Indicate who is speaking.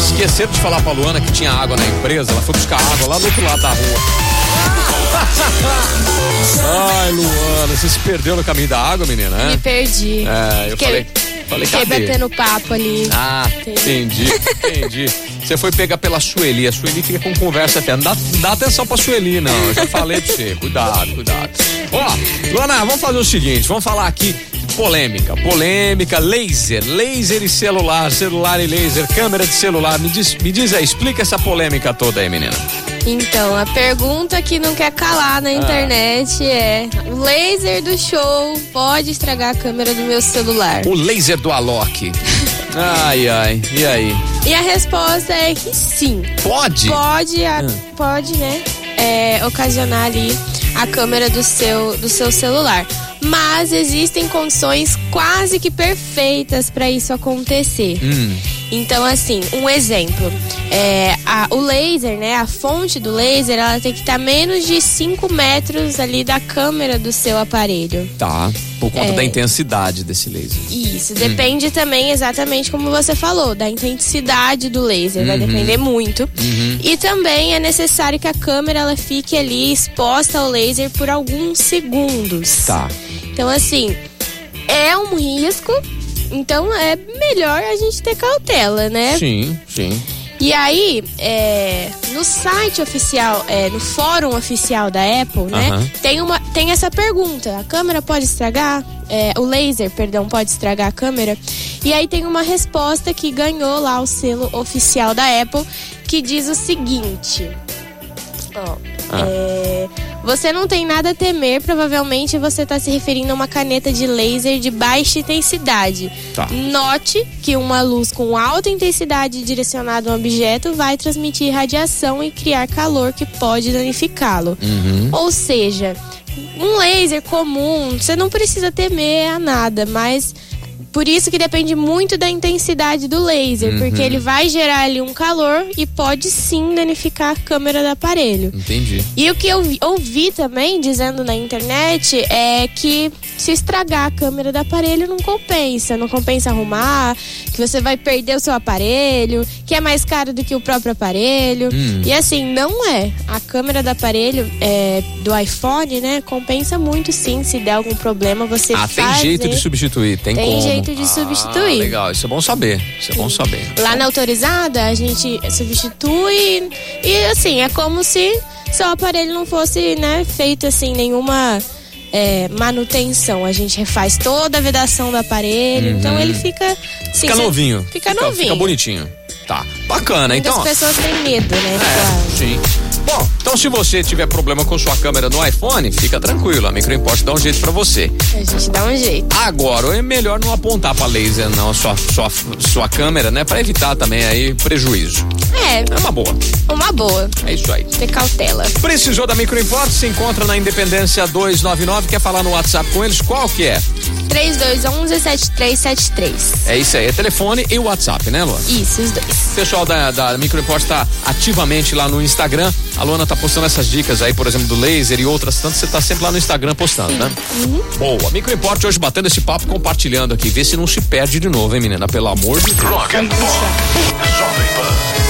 Speaker 1: esqueceram de falar pra Luana que tinha água na empresa. Ela foi buscar água lá do outro lado da rua. Ai, Luana, você se perdeu no caminho da água, menina,
Speaker 2: Me
Speaker 1: né?
Speaker 2: perdi.
Speaker 1: É, eu falei. Falei,
Speaker 2: Fiquei
Speaker 1: cadê?
Speaker 2: batendo papo ali.
Speaker 1: Ah, entendi, entendi. Você foi pega pela Sueli. A Sueli fica com conversa até. Não dá, não dá atenção pra Sueli, não. Eu já falei pra você. Cuidado, cuidado. Ó, Luana, vamos fazer o seguinte: vamos falar aqui. de Polêmica, polêmica, laser, laser e celular, celular e laser, câmera de celular. Me diz, me diz aí, explica essa polêmica toda aí, menina.
Speaker 2: Então, a pergunta que não quer calar
Speaker 1: Ah.
Speaker 2: na internet é: o laser do show pode estragar a câmera do meu celular?
Speaker 1: O laser do Alok. Ai, ai, e aí?
Speaker 2: E a resposta é que sim.
Speaker 1: Pode?
Speaker 2: Pode, a-
Speaker 1: Ah.
Speaker 2: pode, né? é, ocasionar ali a câmera do seu, do seu celular. Mas existem condições quase que perfeitas para isso acontecer.
Speaker 1: Hum,
Speaker 2: Então, assim, um exemplo. É, a- o laser, né? A fonte do laser, ela tem que estar menos de 5 metros ali da câmera do seu aparelho.
Speaker 1: tá. Por conta
Speaker 2: É.
Speaker 1: da intensidade desse laser.
Speaker 2: Isso, depende também exatamente como você falou, da intensidade do laser, vai depender muito. E também é necessário que a câmera ela fique ali exposta ao laser por alguns segundos.
Speaker 1: Tá.
Speaker 2: Então, assim, é um risco, então é melhor a gente ter cautela, né?
Speaker 1: Sim, sim.
Speaker 2: E aí, é, no site oficial, é, no fórum oficial da Apple, né?
Speaker 1: Aham.
Speaker 2: Tem, uma, tem essa pergunta: a câmera pode estragar? É, o laser, perdão, pode estragar a câmera? E aí tem uma resposta que ganhou lá o selo oficial da Apple, que diz o seguinte: Ó,
Speaker 1: Ah.
Speaker 2: é, você não tem nada a temer, provavelmente você está se referindo a uma caneta de laser de baixa intensidade.
Speaker 1: Tá.
Speaker 2: Note que uma luz com alta intensidade direcionada a um objeto vai transmitir radiação e criar calor que pode danificá-lo.
Speaker 1: Uhum.
Speaker 2: Ou seja, um laser comum, você não precisa temer a nada, mas por isso que depende muito da intensidade do laser, porque ele vai gerar ali um calor e pode sim danificar a câmera do aparelho.
Speaker 1: Entendi.
Speaker 2: E o que eu vi- ouvi também dizendo na internet é que se estragar a câmera do aparelho não compensa, não compensa arrumar, que você vai perder o seu aparelho, que é mais caro do que o próprio aparelho.
Speaker 1: Hum.
Speaker 2: E assim, não é. A câmera do aparelho é, do iPhone, né, compensa muito sim, se der algum problema você
Speaker 1: Ah, tem
Speaker 2: fazer.
Speaker 1: jeito de substituir, tem,
Speaker 2: Tem
Speaker 1: como.
Speaker 2: jeito de
Speaker 1: Ah,
Speaker 2: substituir.
Speaker 1: Legal, isso é bom saber. Isso é bom saber.
Speaker 2: Lá na autorizada, a gente substitui. E assim, é como se seu aparelho não fosse, né, feito assim, nenhuma é, manutenção. A gente refaz toda a vedação do aparelho. Então ele fica. assim,
Speaker 1: Uhum. Fica
Speaker 2: você-
Speaker 1: novinho.
Speaker 2: Fica, novinho.
Speaker 1: Fica bonitinho. Tá. Bacana,
Speaker 2: Muitas
Speaker 1: então.
Speaker 2: pessoas têm medo, né?
Speaker 1: É,
Speaker 2: Claro.
Speaker 1: sim. Bom, então se você tiver problema com sua câmera no iPhone, fica tranquilo, a Microimporte dá um jeito pra você.
Speaker 2: A gente dá um jeito.
Speaker 1: Agora, é melhor não apontar pra laser não a sua, sua, sua câmera, né, Pra evitar também aí prejuízo. É
Speaker 2: É,
Speaker 1: uma boa,
Speaker 2: uma boa.
Speaker 1: é isso aí.
Speaker 2: Ter cautela.
Speaker 1: Precisou da Microimporte? Se encontra na Independência 299, quer falar no WhatsApp com eles? Qual que é?
Speaker 2: 3211 7373.
Speaker 1: É isso aí, é telefone e WhatsApp, né, Luana?
Speaker 2: Isso, os dois.
Speaker 1: O pessoal da, da Microimport tá ativamente lá no Instagram. A Luana tá postando essas dicas aí, por exemplo, do laser e outras tantas. Você tá sempre lá no Instagram postando, né? Boa. Microimport hoje batendo esse papo, compartilhando aqui. Vê se não se perde de novo, hein, menina? Pelo amor de Deus.
Speaker 3: Rock and Pop. Jovem Pan.